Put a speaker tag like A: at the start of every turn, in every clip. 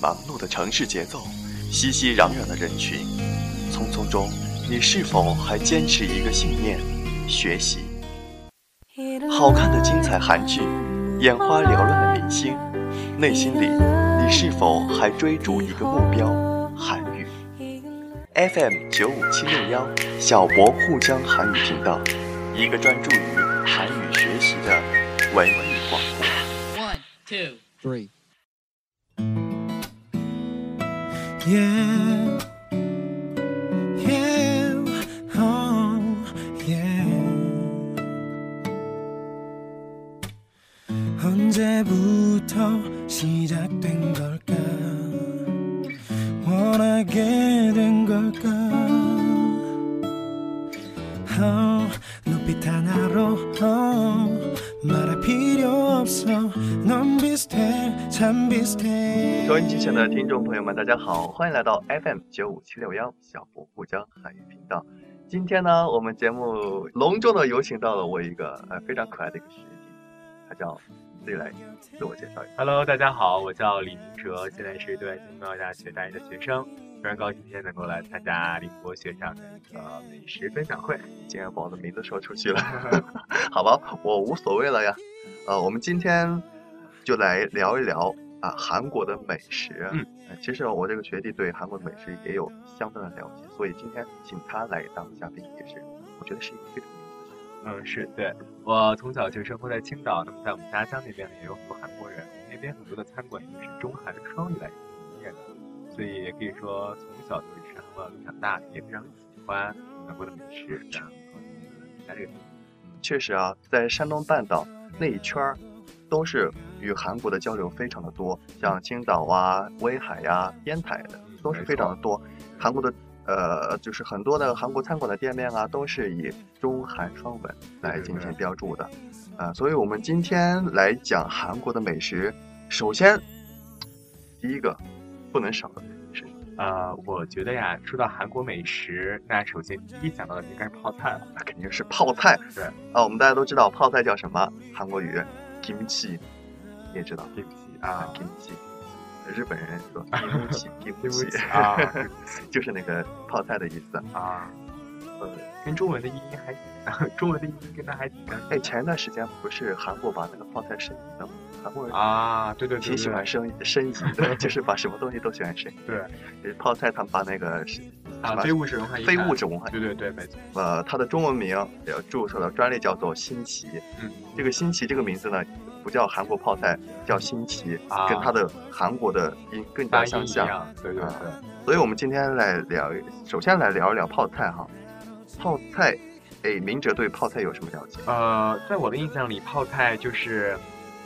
A: 忙碌的城市节奏，熙熙攘攘的人群，匆匆中，你是否还坚持一个信念：学习？好看的精彩韩剧，眼花缭乱的明星，内心里，你是否还追逐一个目标？韩语。FM 九五七六幺，小博沪江韩语频道，一个专注于韩语学习的文艺广播。
B: One, two,
C: three.
D: 耶耶哦耶，언제부터시작된걸까원하게된걸까어눈빛하나로 oh, 말할필요없어넌비슷해참비슷해
A: 收音机前的听众朋友们，大家好，欢迎来到 FM 九五七六幺小博沪江汉语频道。今天呢，我们节目隆重的有请到了我一个呃非常可爱的一个学弟，他叫 Z 来自我介绍一下。
E: Hello，大家好，我叫李明哲，现在是对外经贸大学大一的学生，非常高兴今天能够来参加林博学长的一个美食分享会。
A: 竟然把我的名字说出去了，好吧，我无所谓了呀。呃，我们今天就来聊一聊啊韩国的美食。
E: 嗯
A: 呃，其实我这个学弟对韩国的美食也有相当的了解，所以今天请他来当嘉宾也是，我觉得是一个非常
E: 嗯，是对我从小就生活在青岛，那么在我们家乡那边呢也有很多韩国人，我们那边很多的餐馆就是中韩双语来营业的，所以也可以说从小就是吃韩国料理长大的，也非常喜欢韩国的美食。然后在这个地方
A: 确实啊，在山东半岛那一圈儿，都是与韩国的交流非常的多，像青岛啊、威海呀、烟台的都是非常的多。韩国的呃，就是很多的韩国餐馆的店面啊，都是以中韩双文来进行标注的。啊、所以我们今天来讲韩国的美食，首先第一个不能少的是什么
E: 呃，我觉得呀，说到韩国美食，那首先第一想到的应该是泡菜了。
A: 那肯定是泡菜。
E: 对
A: 啊，我们大家都知道泡菜叫什么？韩国语 kimchi，你也知道。
E: 对不起啊，
A: kimchi，日本人 说 kimchi
E: 对不起
A: kimchi
E: 啊， 对不起
A: 就是那个泡菜的意思。嗯
E: 啊，呃，跟中文的音还挺，中文的音跟它还挺相
A: 哎，前一段时间不是韩国把那个泡菜申遗了吗？韩国人
E: 啊，对对对，
A: 挺喜欢申申遗的， 就是把什么东西都喜欢申遗。
E: 对，
A: 就是泡菜他们把那个是
E: 啊，非物质文化遗
A: 非
E: 产，
A: 物，质文化，
E: 对对对，没错，
A: 呃，它的中文名也注册了专利叫做新奇。
E: 嗯，
A: 这个新奇这个名字呢，不叫韩国泡菜，叫新奇，
E: 啊
A: 跟它的韩国的音更加
E: 发
A: 相
E: 音一
A: 像。
E: 样，嗯对对对，
A: 所以我们今天来聊一，首先来聊一聊泡菜哈。泡菜，哎，明哲对泡菜有什么了解？
E: 呃，在我的印象里，泡菜就是。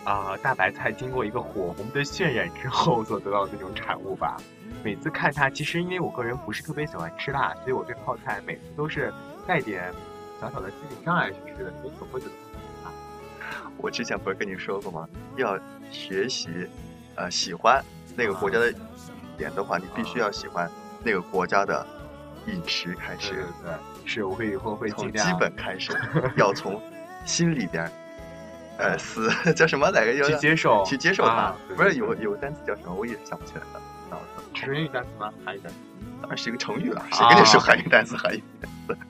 E: 啊、大白菜经过一个火红的渲染之后所得到的那种产物吧。每次看它，其实因为我个人不是特别喜欢吃辣，所以我对泡菜每次都是带点小小的心理障碍似的，因为总会觉得
A: 我之前不是跟你说过吗？要学习，呃，喜欢那个国家的语言的话，你必须要喜欢那个国家的饮食开
E: 是
A: 始，
E: 对，是我会以后会
A: 从
E: 尽
A: 基
E: 量
A: 本开始， 要从心里边，呃，思 叫什么来着？
E: 去
A: 要
E: 接受
A: 去接受它
E: 啊。对
A: 不是
E: 对
A: 有
E: 对
A: 有个单词叫什么？我也想不起来了，脑子。
E: 成语单词吗？还有一个
A: 当然是一个成语了，啊
E: 啊
A: 谁跟你说韩语单词、韩语单词？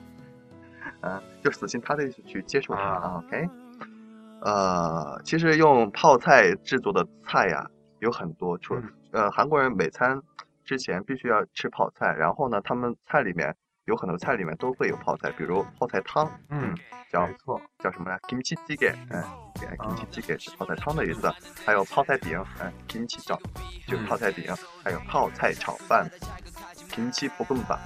A: 啊，就死心塌地地去接受它
E: 啊
A: 啊。OK，呃，其实用泡菜制作的菜呀、有很多，除
E: 嗯
A: 呃韩国人每餐之前必须要吃泡菜，然后呢，他们菜里面有很多菜里面都会有泡菜，比如泡菜汤，
E: 嗯，
A: 叫
E: 没错，
A: 叫什么呢？kimchi jjigae，嗯，kimchi jjigae 是泡菜汤的意思，啊还有泡菜饼，嗯，kimchi 炒就是
E: 嗯
A: 泡菜饼，还有泡菜炒饭，kimchi 볶음밥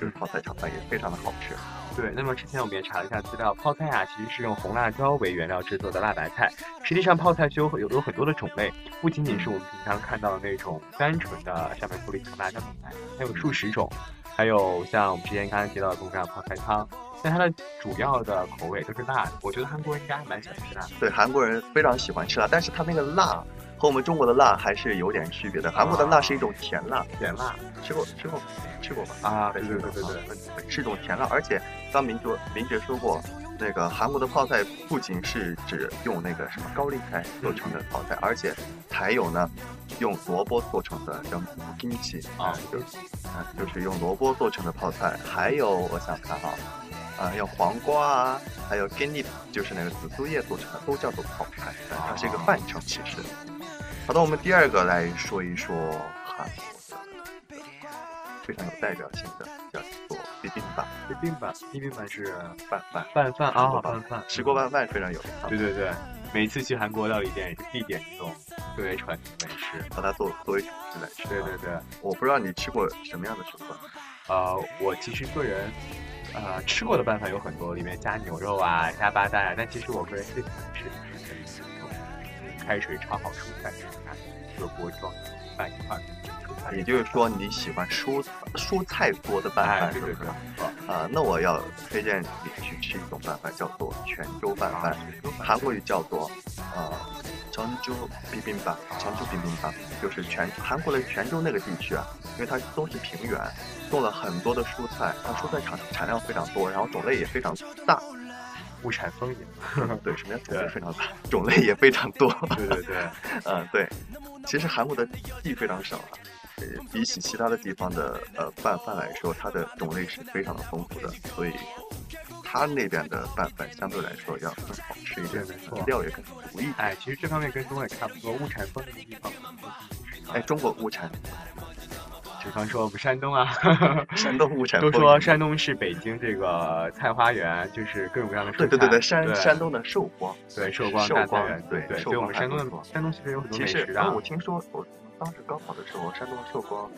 A: 就是泡菜炒饭，也非常的好吃。
E: 对。那么之前我们也查了一下资料，泡菜啊其实是用红辣椒为原料制作的辣白菜。实际上，泡菜是有有有很多的种类，不仅仅是我
A: 嗯
E: 们平常看到的那种单纯的上面铺了一层辣椒的菜，还
A: 嗯
E: 有数十种，还有像我们之前刚刚提到的各种各样的泡菜汤。但它的主要的口味都是辣的，我觉得韩国人应该还蛮喜欢吃辣的。
A: 对，韩国人非常喜欢吃辣，但是他那个辣和我们中国的辣还是有点区别的。韩国的辣是一种甜辣，
E: 甜辣
A: 吃过吃过吃过吧？
E: 啊，
A: 对
E: 对
A: 对
E: 对
A: 对
E: 对
A: 对
E: 对对，
A: 对，是一种甜辣，而且刚明哲明哲说过，那个韩国的泡菜不仅是指用那个什么高丽菜做成的泡菜，而且还有呢，用萝卜做成的叫 kimchi 啊，就是啊，就是用萝卜做成的泡菜。还有我想看哈，啊，有黄瓜啊，还有 g e n i 就是那个紫苏叶做成的，都叫做泡菜，它是一个
E: 哦
A: 泛称其实。好的，我们第二个来说一说韩国的非常有代表性的叫做 bibimbap。
E: 冰冰板，冰冰板是
A: 拌饭，
E: 拌饭
A: 吃
E: 啊，
A: 过吧
E: 拌饭，
A: 吃过拌饭非常有名，
E: 对对对，每次去韩国料理店也是必点这种最为传统的美食。
A: 把它作作为主食来吃。
E: 对对对，
A: 我不知道你吃过什么样的手段，
E: 呃，我其实个人，呃，吃过的拌饭有很多，里面加牛肉啊，加八蛋啊，但其实我个人最喜欢吃的是那种开水焯好蔬菜，拿一个锅装拌一块儿蔬菜，
A: 也就是说你喜欢蔬蔬菜做的拌
E: 哎，
A: 饭，
E: 对
A: 是不
E: 对
A: 是
E: 对？，
A: 啊，那我要推荐你去吃一种拌饭，叫做泉州拌饭，韩国语叫做呃泉州冰冰拌，泉州冰冰拌就是泉韩国的泉州那个地区啊，因为它都是平原，种了很多的蔬菜，它蔬菜产产量非常多，然后种类也非常大，
E: 物产丰盈，
A: 对，什么叫种类非常大？种类也非常多。
E: 对对对，
A: 嗯，对，其实韩国的地非常少啊，呃，比起其他的地方的呃拌饭来说，它的种类是非常的丰富的，所以它那边的拌饭相对来说要更好吃一点
E: 对没错，
A: 料也更足一点。
E: 哎，其实这方面跟中国也差不多，物产丰盈的地方，
A: 哎，中国物产，
E: 比方说我们山东啊，
A: 山东物产
E: 都
A: 丰
E: 说
A: 盈，
E: 山东是北京这个菜花园，就是各种各样的蔬菜。
A: 对对对对，山
E: 对
A: 山东的寿光，
E: 对寿光
A: 寿
E: 大菜
A: 光
E: 园，
A: 对
E: 对，
A: 寿
E: 所以我
A: 光
E: 们
A: 还
E: 山东
A: 不错
E: 的山东其实有很多
A: 其
E: 美
A: 实
E: 食
A: 啊，
E: 的
A: 我。听说我当时高考的时候，山东的寿光，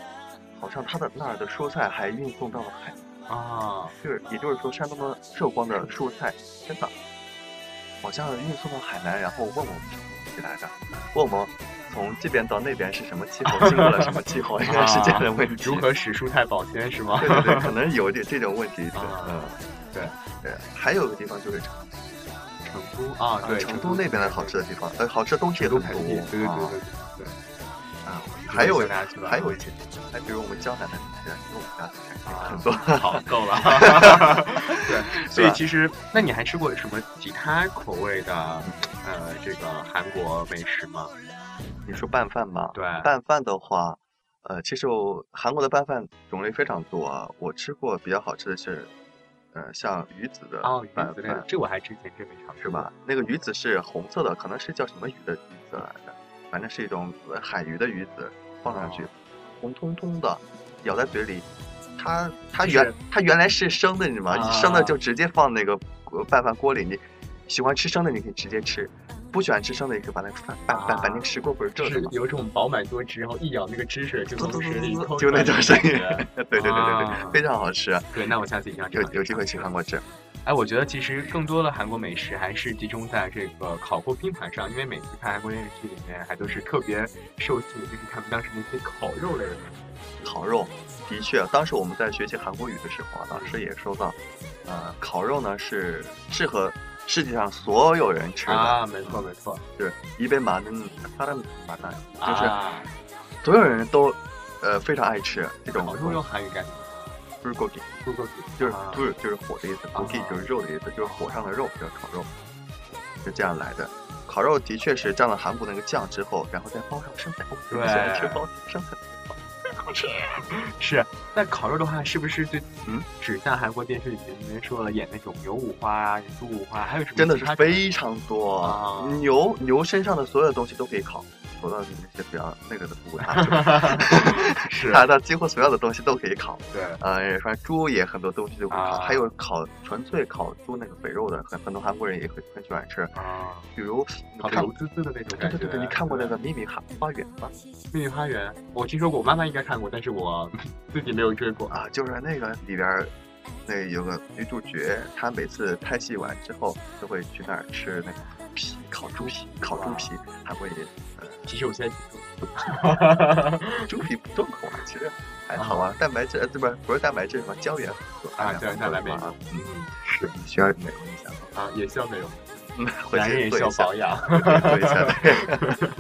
A: 好像它的那儿的蔬菜还运送到了海，
E: 啊，
A: 就是也就是说，山东的寿光的蔬菜真的好像运送到海南，然后问我们起来的，问我们从这边到那边是什么气候，经过了什么气候，应该是这样的问题。
E: 啊如何使蔬菜保鲜是吗？
A: 对对对，可能有点这种问题。对，
E: 啊
A: 嗯，
E: 对
A: 对。还有个地方就是成
E: 成都啊，对，
A: 成都那边的好吃的地方，呃，好吃的东西也
E: 成
A: 很
E: 都
A: 多
E: 盆地，对对
A: 啊
E: 对对对，
A: 啊，还有
E: 大家去吧
A: 还有一些，还比如我们江南的同学，因为我们家
E: 啊
A: 很多，
E: 好 够了。对，所以
A: 吧
E: 其实，那你还吃过什么其他口味的呃这个韩国美食吗？
A: 你说拌饭吗？
E: 对，
A: 拌饭的话，呃，其实我韩国的拌饭种类非常多啊。我吃过比较好吃的是，呃，像鱼子的
E: 哦，鱼
A: 拌
E: 子类的
A: 饭，，
E: 这我还之前真没尝试
A: 是
E: 过。
A: 吧？那个鱼子是红色的，可能是叫什么鱼的鱼子来的，反正是一种呃海鱼的鱼子，放上去，
E: 哦
A: 红彤彤的，咬在嘴里。它它
E: 就
A: 原、
E: 是
A: 它原来是生的，你知道吗？
E: 啊
A: 生的就直接放那个呃拌饭锅里。你喜欢吃生的，你可以直接吃；不喜欢吃生的，你可以把那个饭拌
E: 啊
A: 拌拌那个石锅不是
E: 就
A: 热的
E: 是
A: 吗？
E: 有种饱满多汁，然后一咬那个汁水就
A: 嘟
E: 从
A: 嘟嘟
E: 水里
A: 嘟嘟，
E: 抠出
A: 嗯就那
E: 来的
A: 种
E: 感
A: 声音
E: 觉。
A: 对对对对
E: 啊
A: 对，非常好吃，
E: 对，那我下次一定要
A: 有
E: 尝试
A: 有机会去韩国吃。
E: 哎，我觉得其实更多的韩国美食还是集中在这个烤锅拼盘上，因为每次看韩国电视剧里面，还都是特别受吸引，就是他们当时那些烤肉类的美食。
A: 烤肉，的确，当时我们在学习韩国语的时候啊，老师也说到，呃，烤肉呢是适合世界上所有人吃的，
E: 啊，没错没错，
A: 就是一杯马는사람마다，就是
E: 啊
A: 所有人都呃非常爱吃这种
E: 烤肉用韩语干什么？
A: 불고기，
E: 不够
A: 就是
E: 啊
A: 불就是火的意思，고기就是肉的意思，就是火上的肉叫烤肉，是这样来的。烤肉的确是蘸了韩国那个酱之后，然后再包上生菜，我
E: 对
A: 喜欢吃包生菜。
E: 是，那烤肉的话，是不是就
A: 嗯，
E: 只像韩国电视里面说了演那种牛五花啊、猪五花，还有什么
A: 真的
E: 其
A: 是
E: 他
A: 非常嗯多。
E: 啊
A: 牛牛身上的所有东西都可以烤，除了那些比较那个的部位啊，
E: 是，啊
A: 它的几乎所有的东西都可以烤。
E: 对，
A: 呃，反正猪也很多东西都可以烤，
E: 啊
A: 还有烤纯粹烤猪那个肥肉的，很很多韩国人也会很喜欢吃。
E: 啊，
A: 比如你
E: 烤的
A: 看
E: 油，滋滋的那种
A: 对
E: 感觉。
A: 对对对，你看过那个《秘密花花园》吗？
E: 《命运花园》？我听说过，我妈妈应该看过，但是我自己没有追过。
A: 啊，就是那个里边儿，那有个女主角，她每次拍戏完之后都会去那儿吃那个皮烤猪皮，烤猪皮，还会呃
E: 其实我现在
A: 猪皮不重口啊，其实还好啊， 蛋白质呃，对吧？不是蛋白质，什么胶原和
E: 啊，对，那来美
A: 啊
E: 容，，嗯，是
A: 你需要美容一下吗？
E: 啊，也需要美容，
A: 嗯，回
E: 男人
A: 去
E: 也
A: 做
E: 需要
A: 一下
E: 保，养。
A: 做一下。 对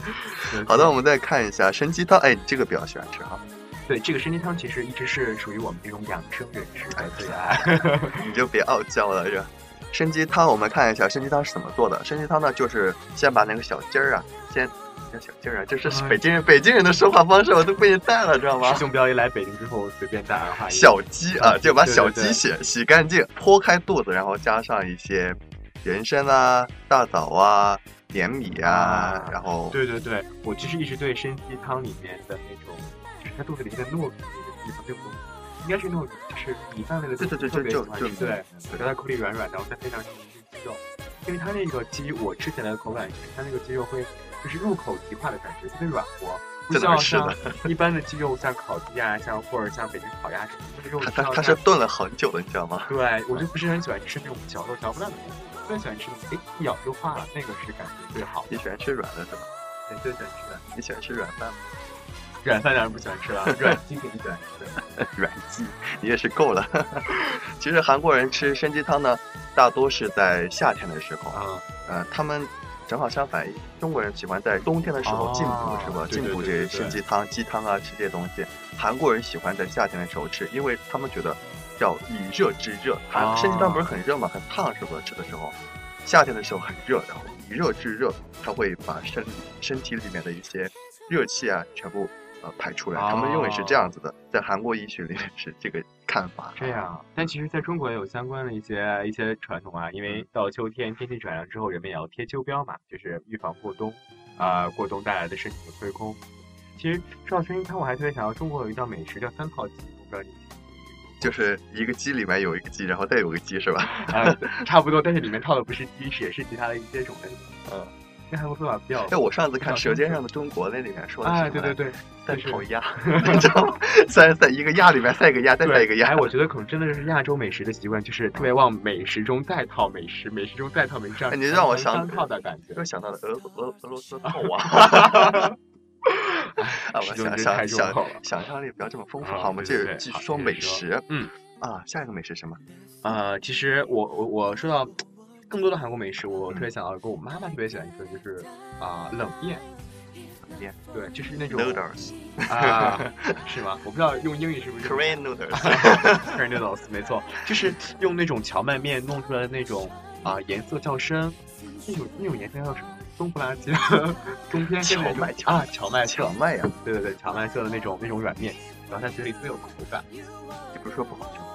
E: 对
A: 好的，我们再看一下参鸡汤，哎，你这个比较喜欢吃哈，
E: 对，这个参鸡汤其哎啊实一直是属于我们这种养生人士的最爱。
A: 你就别傲娇了，是吧？参鸡汤我们看一下参鸡汤是怎么做的。参鸡汤呢，就是先把那个小鸡儿啊，先叫小鸡儿啊，这是
E: 哎
A: 北京人北京人的说话方式，我都不会带了，知道吗
E: 师？兄不要一来北京之后随便带儿化音。
A: 小鸡啊，就把
E: 对对
A: 小
E: 对
A: 鸡洗洗干净，剖开肚子，然后加上一些人参啊、大枣啊、点米啊
E: 啊，
A: 然后
E: 对对对，我其实一直对参鸡汤里面的那种，就是它肚子里面的糯米那个地方，就应该是糯米，就是米饭类的东西，
A: 对对对
E: 特别喜
A: 就
E: 欢
A: 就嗯
E: 吃
A: 就
E: 对，然后它口里软软的，然后再配上那个鸡肉，因为它那个鸡，我吃起来的口感就是它那个鸡肉会就是入口即化的感觉，特别软和。不
A: 真的
E: 像
A: 是的
E: 像一般的鸡肉，像烤鸡啊，像或者像北京烤鸭什么的，这个肉
A: 它
E: 你知
A: 它
E: 道
A: 它是炖了很久的，你知道吗？
E: 对，我就不是很喜欢吃那种嚼都嚼不烂的东西，我更喜欢吃那种哎一咬就化了，那个是感觉最好的，
A: 你喜欢吃软的是吧？
E: 对最喜欢吃的。
A: 你喜欢吃软饭吗？
E: 软饭当然不喜欢吃了， 软鸡肯定喜欢吃的。
A: 软鸡，你也是够了。 其实韩国人吃参鸡汤呢，大多是在夏天的时候，
E: 啊，
A: 呃，他们正好相反，中国人喜欢在冬天的时候
E: 哦
A: 进补，是吧？
E: 对
A: 进
E: 对
A: 补这
E: 对
A: 些
E: 对
A: 参鸡汤、鸡汤啊，吃这些东西。韩国人喜欢在夏天的时候吃，因为他们觉得叫以热制热。韩
E: 哦
A: 参鸡汤不是很热吗？很烫，是吧？吃的时候，夏天的时候很热，然后以热制热，它会把身身体里面的一些热气啊全部呃排出来。
E: 哦
A: 他们认为是这样子的，在韩国医学里面是这个看法。
E: 这样。但其实在中国也有相关的一些一些传统啊，因
A: 嗯
E: 为到秋天天气转凉之后，人们也要贴秋膘嘛，就是预防过冬，啊、过冬带来的身体的亏空。其实说到参鸡汤，我还特别想到中国有一道美食叫三泡鸡，我不知道你
A: 就是一个鸡里面有一个鸡，然后再有一个鸡，是吧？
E: 啊、 差不多，但是里面套的不是鸡翅，也是其他的一些种类。
A: 嗯。
E: 跟韩国做法比较
A: 哎，我上次看《
E: 小
A: 舌尖
E: 清楚
A: 上的中国》那里面说的
E: 啊，
A: 什么
E: 对
A: 来着
E: 对对，
A: 在
E: 就是
A: 烤 鸭，你知道吗？塞塞一个鸭里面塞一个鸭，再
E: 对，
A: 塞一个鸭
E: 哎，。我觉得可能真的是亚洲美食的习惯，就是特别往美食中再套美食，美食中再套美食，这样
A: 哎你让我
E: 三
A: 想
E: 三套的感觉
A: 又。想到了俄俄俄罗斯套 娃。啊，我
E: 始终
A: 想
E: 真
A: 想
E: 太重
A: 想
E: 口了
A: 想象力不要这么丰富
E: 啊
A: 好，我们继
E: 对对
A: 续
E: 对
A: 继续
E: 好
A: 说
E: 接着
A: 美
E: 说
A: 食
E: 嗯，
A: 啊，下一个美食什么？
E: 呃，其实我我我说到更多的韩国美食，我特别想到跟我妈妈特别喜欢吃的就是啊、冷面，
A: 冷面
E: 对，就是那种
A: noodles
E: 啊，是吗？我不知道用英语是不是
A: Korean noodles，
E: 是那种，没错，就是用那种荞麦面弄出来的那种啊、颜色较深，那种那种颜色叫什么？棕不拉几的中间是那种
A: 荞麦
E: 啊，荞麦色
A: 荞，麦呀，
E: 对对对，荞麦色的那种那种软面，然后它嘴里特有口感。
A: 你不是说不好吃吗？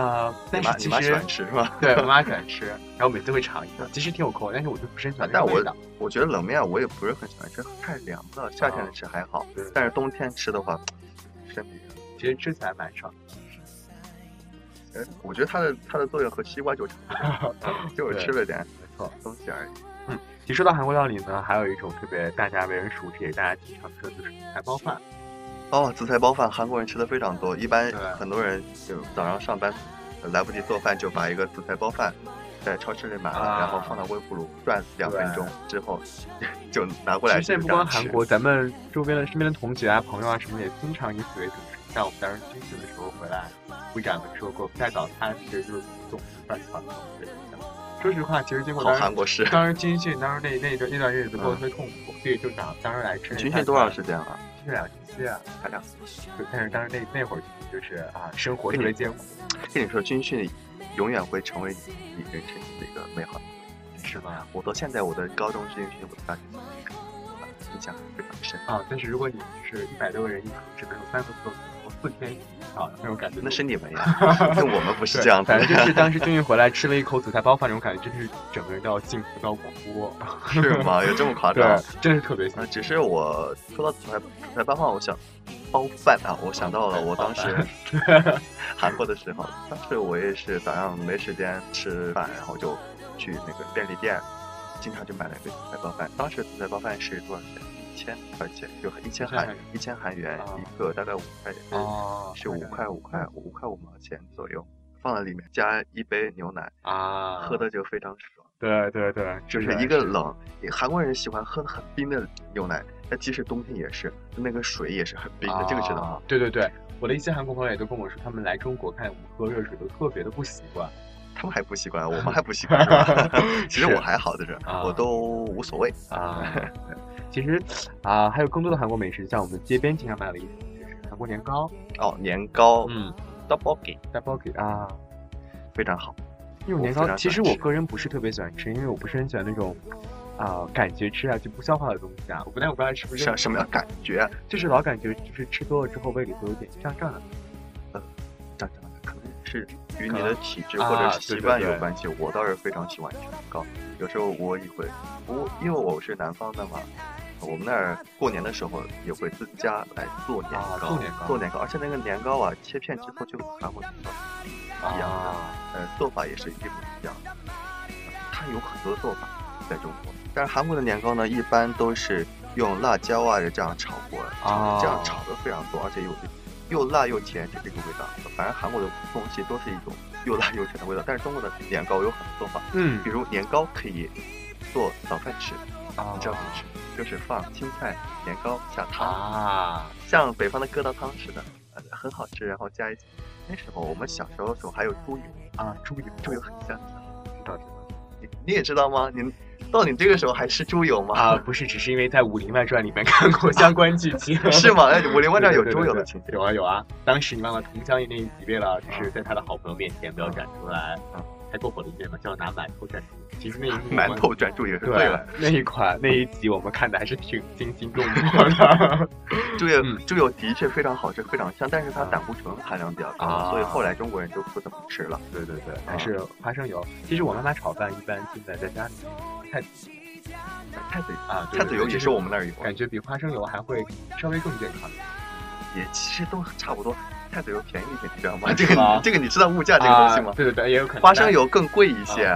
E: 啊，
A: 你
E: 但是
A: 妈你
E: 其
A: 妈喜
E: 实
A: 欢吃是吧？
E: 对我妈喜欢吃，然后每次会尝一个，其实挺有口感，但是我就不是很喜欢那
A: 但
E: 个
A: 我
E: 味道。
A: 我觉得冷面我也不是很喜欢吃，太凉了。夏天
E: 啊
A: 吃还好，
E: 对
A: 但是冬天吃的话，身体
E: 其实吃起来蛮爽。
A: 哎我觉得它的它的作用和西瓜就差不 多， 就是吃了点
E: 没错，
A: 东西而已。
E: 其实说到韩国料理呢，还有一种特别大家为人熟知，也大家经常吃的就是海包饭。
A: 哦，紫菜包饭，韩国人吃的非常多，一般
E: 对
A: 很多人就早上上班呃来不及做饭，就把一个紫菜包饭在超市里买了，
E: 啊
A: 然后放到微波炉转两分钟之后，就拿过
E: 其
A: 来
E: 实
A: 就
E: 现在
A: 是这样
E: 不光
A: 吃。
E: 韩国，咱们周边的身边的同学啊、朋友啊什么的，也经常以此为主食。像我们当时军训的时候回来，部长们说过，带早餐其实就是总吃饭传统的说实话，其实经过
A: 好
E: 当时
A: 韩国式。
E: 当时军训，当时那那段那段日子过得特别痛苦，所以就想当时来吃那
A: 军
E: 饭
A: 训多长
E: 团
A: 时间啊？
E: 去两星期啊，
A: 还两
E: 就但是当时那那会儿就是啊，生活
A: 跟
E: 特
A: 你
E: 别艰苦，
A: 跟你说，军训永远会成为你人生的一个美好。
E: 是吗？
A: 我到现在我的高中军训，我的大学军训印象非常深。
E: 啊，但是如果你是一百多个人一组，只能有三个厕所，四天啊那种感觉就，
A: 那是你们呀，那我们不是这样子
E: 反
A: 的。
E: 正就是 当时军训回来吃了一口紫菜包饭，那种感觉真是整个人都要幸福到哭。
A: 是吗？有这么夸张
E: 对？，真是特别幸
A: 啊，
E: 福。
A: 只是我说到紫菜紫菜包饭，我想包饭啊，我想到了我当时韩国的时候，当时我也是早上没时间吃饭，然后就去那个便利店，经常就买了一个紫菜包饭。当时紫菜包饭是多少钱？一千块钱，就一千韩一千韩元
E: 啊
A: 一个，大概五块钱，
E: 哦，
A: 嗯是五块五块五块五毛钱左右，放在里面加一杯牛奶，
E: 啊，
A: 喝的就非常爽。
E: 对对对，
A: 就
E: 真
A: 是
E: 的
A: 一个冷，韩国人喜欢喝很冰的牛奶，那即使冬天也是，那个水也是很冰的，这个知道吗
E: 啊？对对对，我的一些韩国朋友也都跟我说，他们来中国看我们喝热水都特别的不习惯。
A: 他们还不习惯，我们还不习惯，是 吧其实
E: 是
A: 我还好，就是
E: 啊
A: 我都无所谓。
E: 啊，其实啊，还有更多的韩国美食，像我们街边经常买的一些就是韩国年糕，
A: 哦，年糕
E: 嗯
A: d o b o g i
E: 大包给啊，
A: 非常好，
E: 那种年糕，其实我个人不是特别喜欢吃，因为我不是很喜欢那种。啊、呃，感觉吃下去不消化的东西啊，我不但我不知道是不是
A: 什什么样感觉、啊，
E: 就是老感觉就是吃多了之后胃里头有点胀胀的，
A: 呃，胀胀的，可能是与你的体质或者是习惯有关系。
E: 啊、对对对
A: 我倒是非常喜欢吃年糕，有时候我也会，我因为我是南方的嘛，我们那儿过年的时候也会自家来做年糕，
E: 啊、做年糕，
A: 做年糕，而且那个年糕啊，切片之后就和韩国年糕一
E: 啊
A: 样的，呃，做法也是一模一样的，它有很多做法在中国。但是韩国的年糕呢，一般都是用辣椒啊这样炒过，
E: 啊、
A: 这样炒的非常多，而且有又辣又甜，就这个味道。反正韩国的东西都是一种又辣又甜的味道。但是中国的年糕有很多做法，
E: 嗯，
A: 比如年糕可以做早饭吃，
E: 啊，
A: 这样子吃，就是放青菜、年糕下汤
E: 啊，
A: 像北方的疙瘩汤似的，呃，很好吃。然后加一，那时候我们小时候的时候还有猪油
E: 啊，猪油，
A: 猪油很香，
E: 知道知道，
A: 你你也知道吗？你。到你这个时候还吃猪油吗？
E: 啊，不是，只是因为在《武林外传》里面看过相关剧 情，
A: 是吗？哎，《武林外传》有猪油的情节，啊
E: 有啊有啊。当时你妈妈佟湘玉那一集为了就是在她的好朋友面前不要展出来，还过火了一遍嘛，就要拿馒头蘸猪。其实那一
A: 馒头蘸猪也是对啊了。
E: 那一款那一集我们看的还是挺惊心动魄 的。
A: 猪油猪油的确非常好吃，非常香，但是它胆固醇含量比较高，所以后来中国人就不怎么吃了。
E: 对对对，还
A: 啊
E: 是花生油。其实我妈妈炒饭一般现在在家里。菜籽，
A: 菜籽
E: 啊，
A: 菜籽油也是我们那儿有，
E: 感觉比花生油还会稍微更健康。
A: 也其实都差不多，菜籽油便宜一点，你知道啊吗？啊这个这个你知道物价这个东西吗？
E: 啊对对对，也有可能。
A: 花生油更贵一些，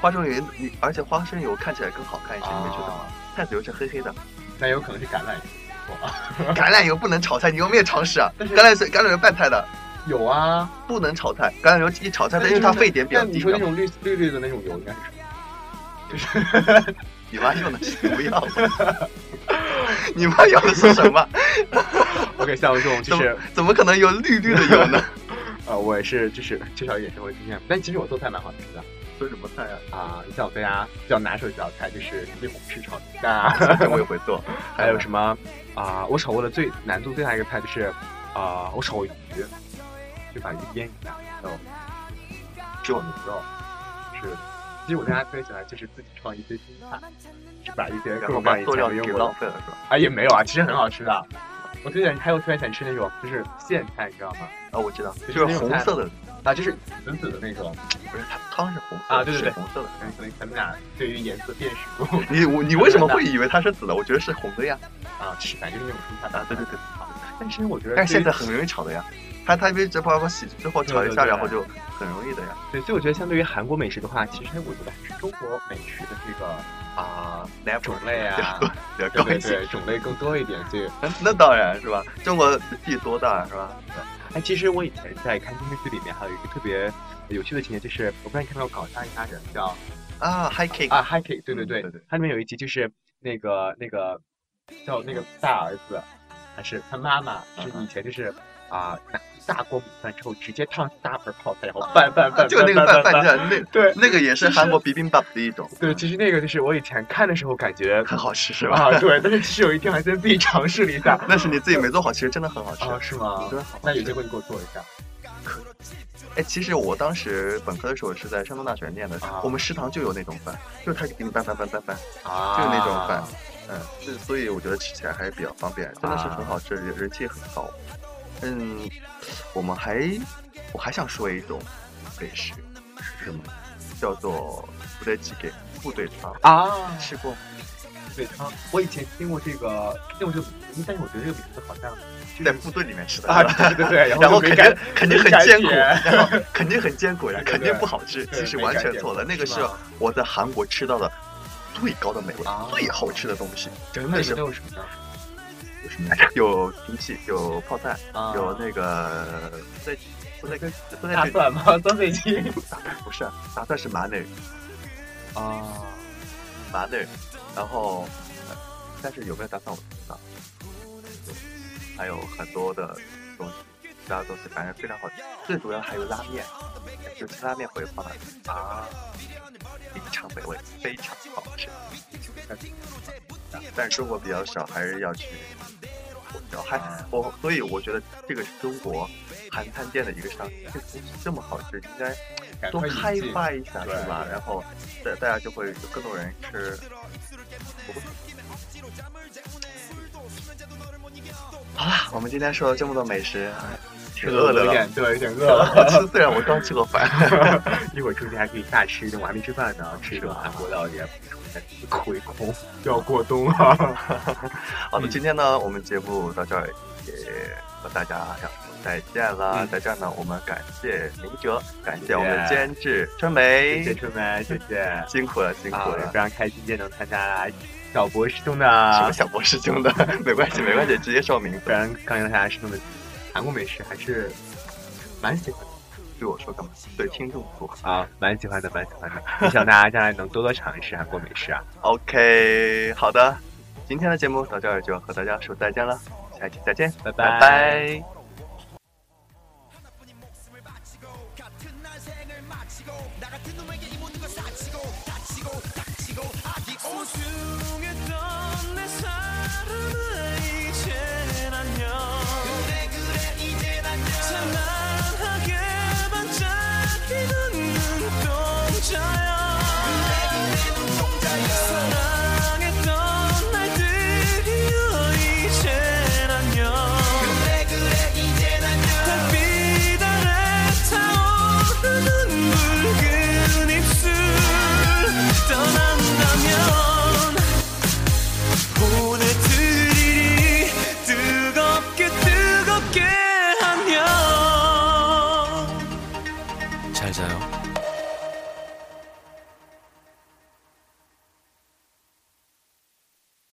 A: 花生油你而且花生油看起来更好看一些，你们觉得吗？菜籽油是黑黑的，
E: 那啊有可能是橄榄油。
A: 橄榄油不能炒菜，你有没有尝试啊？橄榄水、橄榄油拌菜的。
E: 有啊，
A: 不能炒菜，橄榄油一炒菜，因为它沸点比较低。
E: 你说那种绿绿绿的那种油应该是什么？
A: 你妈 用的是毒药， 你妈用的是什么
E: ？OK，像这种 就是
A: 怎么可能有绿绿的油 呢？
E: 呃，我也是，就是至少一点生活经验，但其实我做菜蛮好吃的。
A: 做什么菜
E: 啊？啊，像我大家比较拿手几道菜就是西红柿炒鸡蛋 啊，
A: 我也会做。
E: 还有什么啊、呃？我炒过的最难度最大一个菜就是啊、呃，我炒鱼，就把鱼腌一下，然后
A: 做
E: 牛肉，是。其实我在家特别喜欢，就是自己创一些新菜，是把一些各种各样
A: 做料
E: 用
A: 给浪费了是吧？
E: 啊，也没有啊，其实很好吃的。我最喜欢，还有特别喜欢吃那种就是苋菜，你知道吗？
A: 啊，我知道，就是红色的
E: 啊，就是紫紫的那种，
A: 不是它汤是红色
E: 啊，对对对，
A: 红色的。
E: 所以咱们俩对于颜色辨识度，
A: 你你为什么会以为它是紫的？我觉得是红的呀。
E: 啊，是，反正就是那种蔬菜
A: 啊，对对对。
E: 但是我觉得，
A: 但是现在很容易炒的呀。它它因为这泡泡洗之后炒一下，然后就很容易的呀。
E: 对，所以我觉得相对于韩国美食的话，其实我觉得还是中国美食的这个啊种类啊，
A: 对
E: 对对，种类更多一点。所以
A: 那当然是吧，中国地多大啊是吧？
E: 哎，其实我以前在看电视剧里面，还有一个特别有趣的情节，就是我不知道你看没有《搞笑一家人》叫
A: 啊 High Cake
E: 啊 High Cake，对对
A: 嗯对，
E: 它里面有一集就是那个那个叫那个大儿子还是他妈妈，是
A: 嗯
E: 以前就是啊。大锅米饭之后，直接烫大盆泡菜，然后拌拌拌，
A: 啊就那个
E: 拌
A: 拌酱，那
E: 对
A: 那个也是韩国 bibimbap 的一种。
E: 对，其实啊那个就是我以前看的时候感觉
A: 很好吃，是吧？
E: 对，但是其实有一天还先自己尝试了一下， 哦
A: 那是你自己没做好，其实真的很好吃，
E: 啊是吗？
A: 真的好。
E: 那有机会你给我做一下。
A: 哎，其实我当时本科的时候是在山东大学念的，
E: 啊
A: 我们食堂就有那种饭，就是他给你拌拌拌拌拌，
E: 啊
A: 就是那种饭，嗯，是，所以我觉得吃起来还是比较方便，真的是
E: 啊
A: 很好吃，人气很高。嗯，我们还我还想说一种美食
E: 是什么？
A: 叫做部队鸡给部队汤
E: 啊，
A: 吃过吗？
E: 部队汤，我以前听过这个，听过这个名字，但是我觉得这个名字好像
A: 在部队里面 吃的
E: 嗯啊，对对对，
A: 然
E: 后
A: 肯定肯定很艰苦， 然后肯定很艰苦，然后肯定不好吃，
E: 其
A: 实完全错了。那个是我在韩国吃到的最高的美味，
E: 啊
A: 最好吃的东西，
E: 真的是都有什么？
A: 有什么来着？有kimchi，气，有泡菜，有那个在在在在
E: 啊大蒜吗？ 酸菜鸡？
A: 大蒜不是，大蒜是麻内
E: 啊，
A: 哦 麻内。然后，但是有没有大蒜我不知道。还有很多的东西，其他东西反正非常好吃。最主要还有拉面，就吃拉面会放那啊，非常美味，非常好吃。啊但是中国比较少，还是要去。我还我，所以我觉得这个是中国韩餐店的一个商机。这东西这么好吃，应该
E: 赶
A: 多
E: 快
A: 开
E: 引进
A: 发一下
E: 对
A: 是吧？
E: 对
A: 然后大大家就会有更多人吃。好了，我们今天说了这么多美食，哎挺饿的
E: 有
A: 了。
E: 点对，有点饿了。
A: 虽然我刚吃过饭，
E: 一会儿出去还可以大吃一顿，我还没吃饭呢，吃一顿韩国料理，啊苦一苦，就要过冬啊了。
A: 好的，今天呢，我们节目到这儿也和大家要说再见了。
E: 嗯
A: 在这儿呢，我们感谢明哲，感谢
E: 谢
A: 我们的监制春梅
E: 谢，谢春梅，谢谢。
A: 辛苦了，辛苦
E: 啊，我也
A: 了
E: 非。常开心今天能参加小博师兄
A: 什么
E: 的，
A: 小博师兄的， 没关系，没关系，直接说名字
E: 非。常刚才参加师兄的韩国美食，还是蛮喜欢的
A: 对我说干嘛？对听众说。
E: 啊，蛮喜欢的，蛮喜欢的。 也希望大家将来能多多尝试韩国美食啊。
A: OK，好的，今天的节目到这儿就要和大家说再见了，下期再见，
E: 拜
A: 拜
E: 拜
A: 拜
F: 하나뿐인 목숨을 바치고 같은 날 생을 마치고 나 같은 놈에게 이 모든 걸 사치고 다치고 닥치고 아직
D: 소중했던 내 사랑은 이젠 안녕
F: 그래 그래 이제 안녕
D: 찬란하게 반짝이는 눈동자여
F: 그래 그래 눈동자여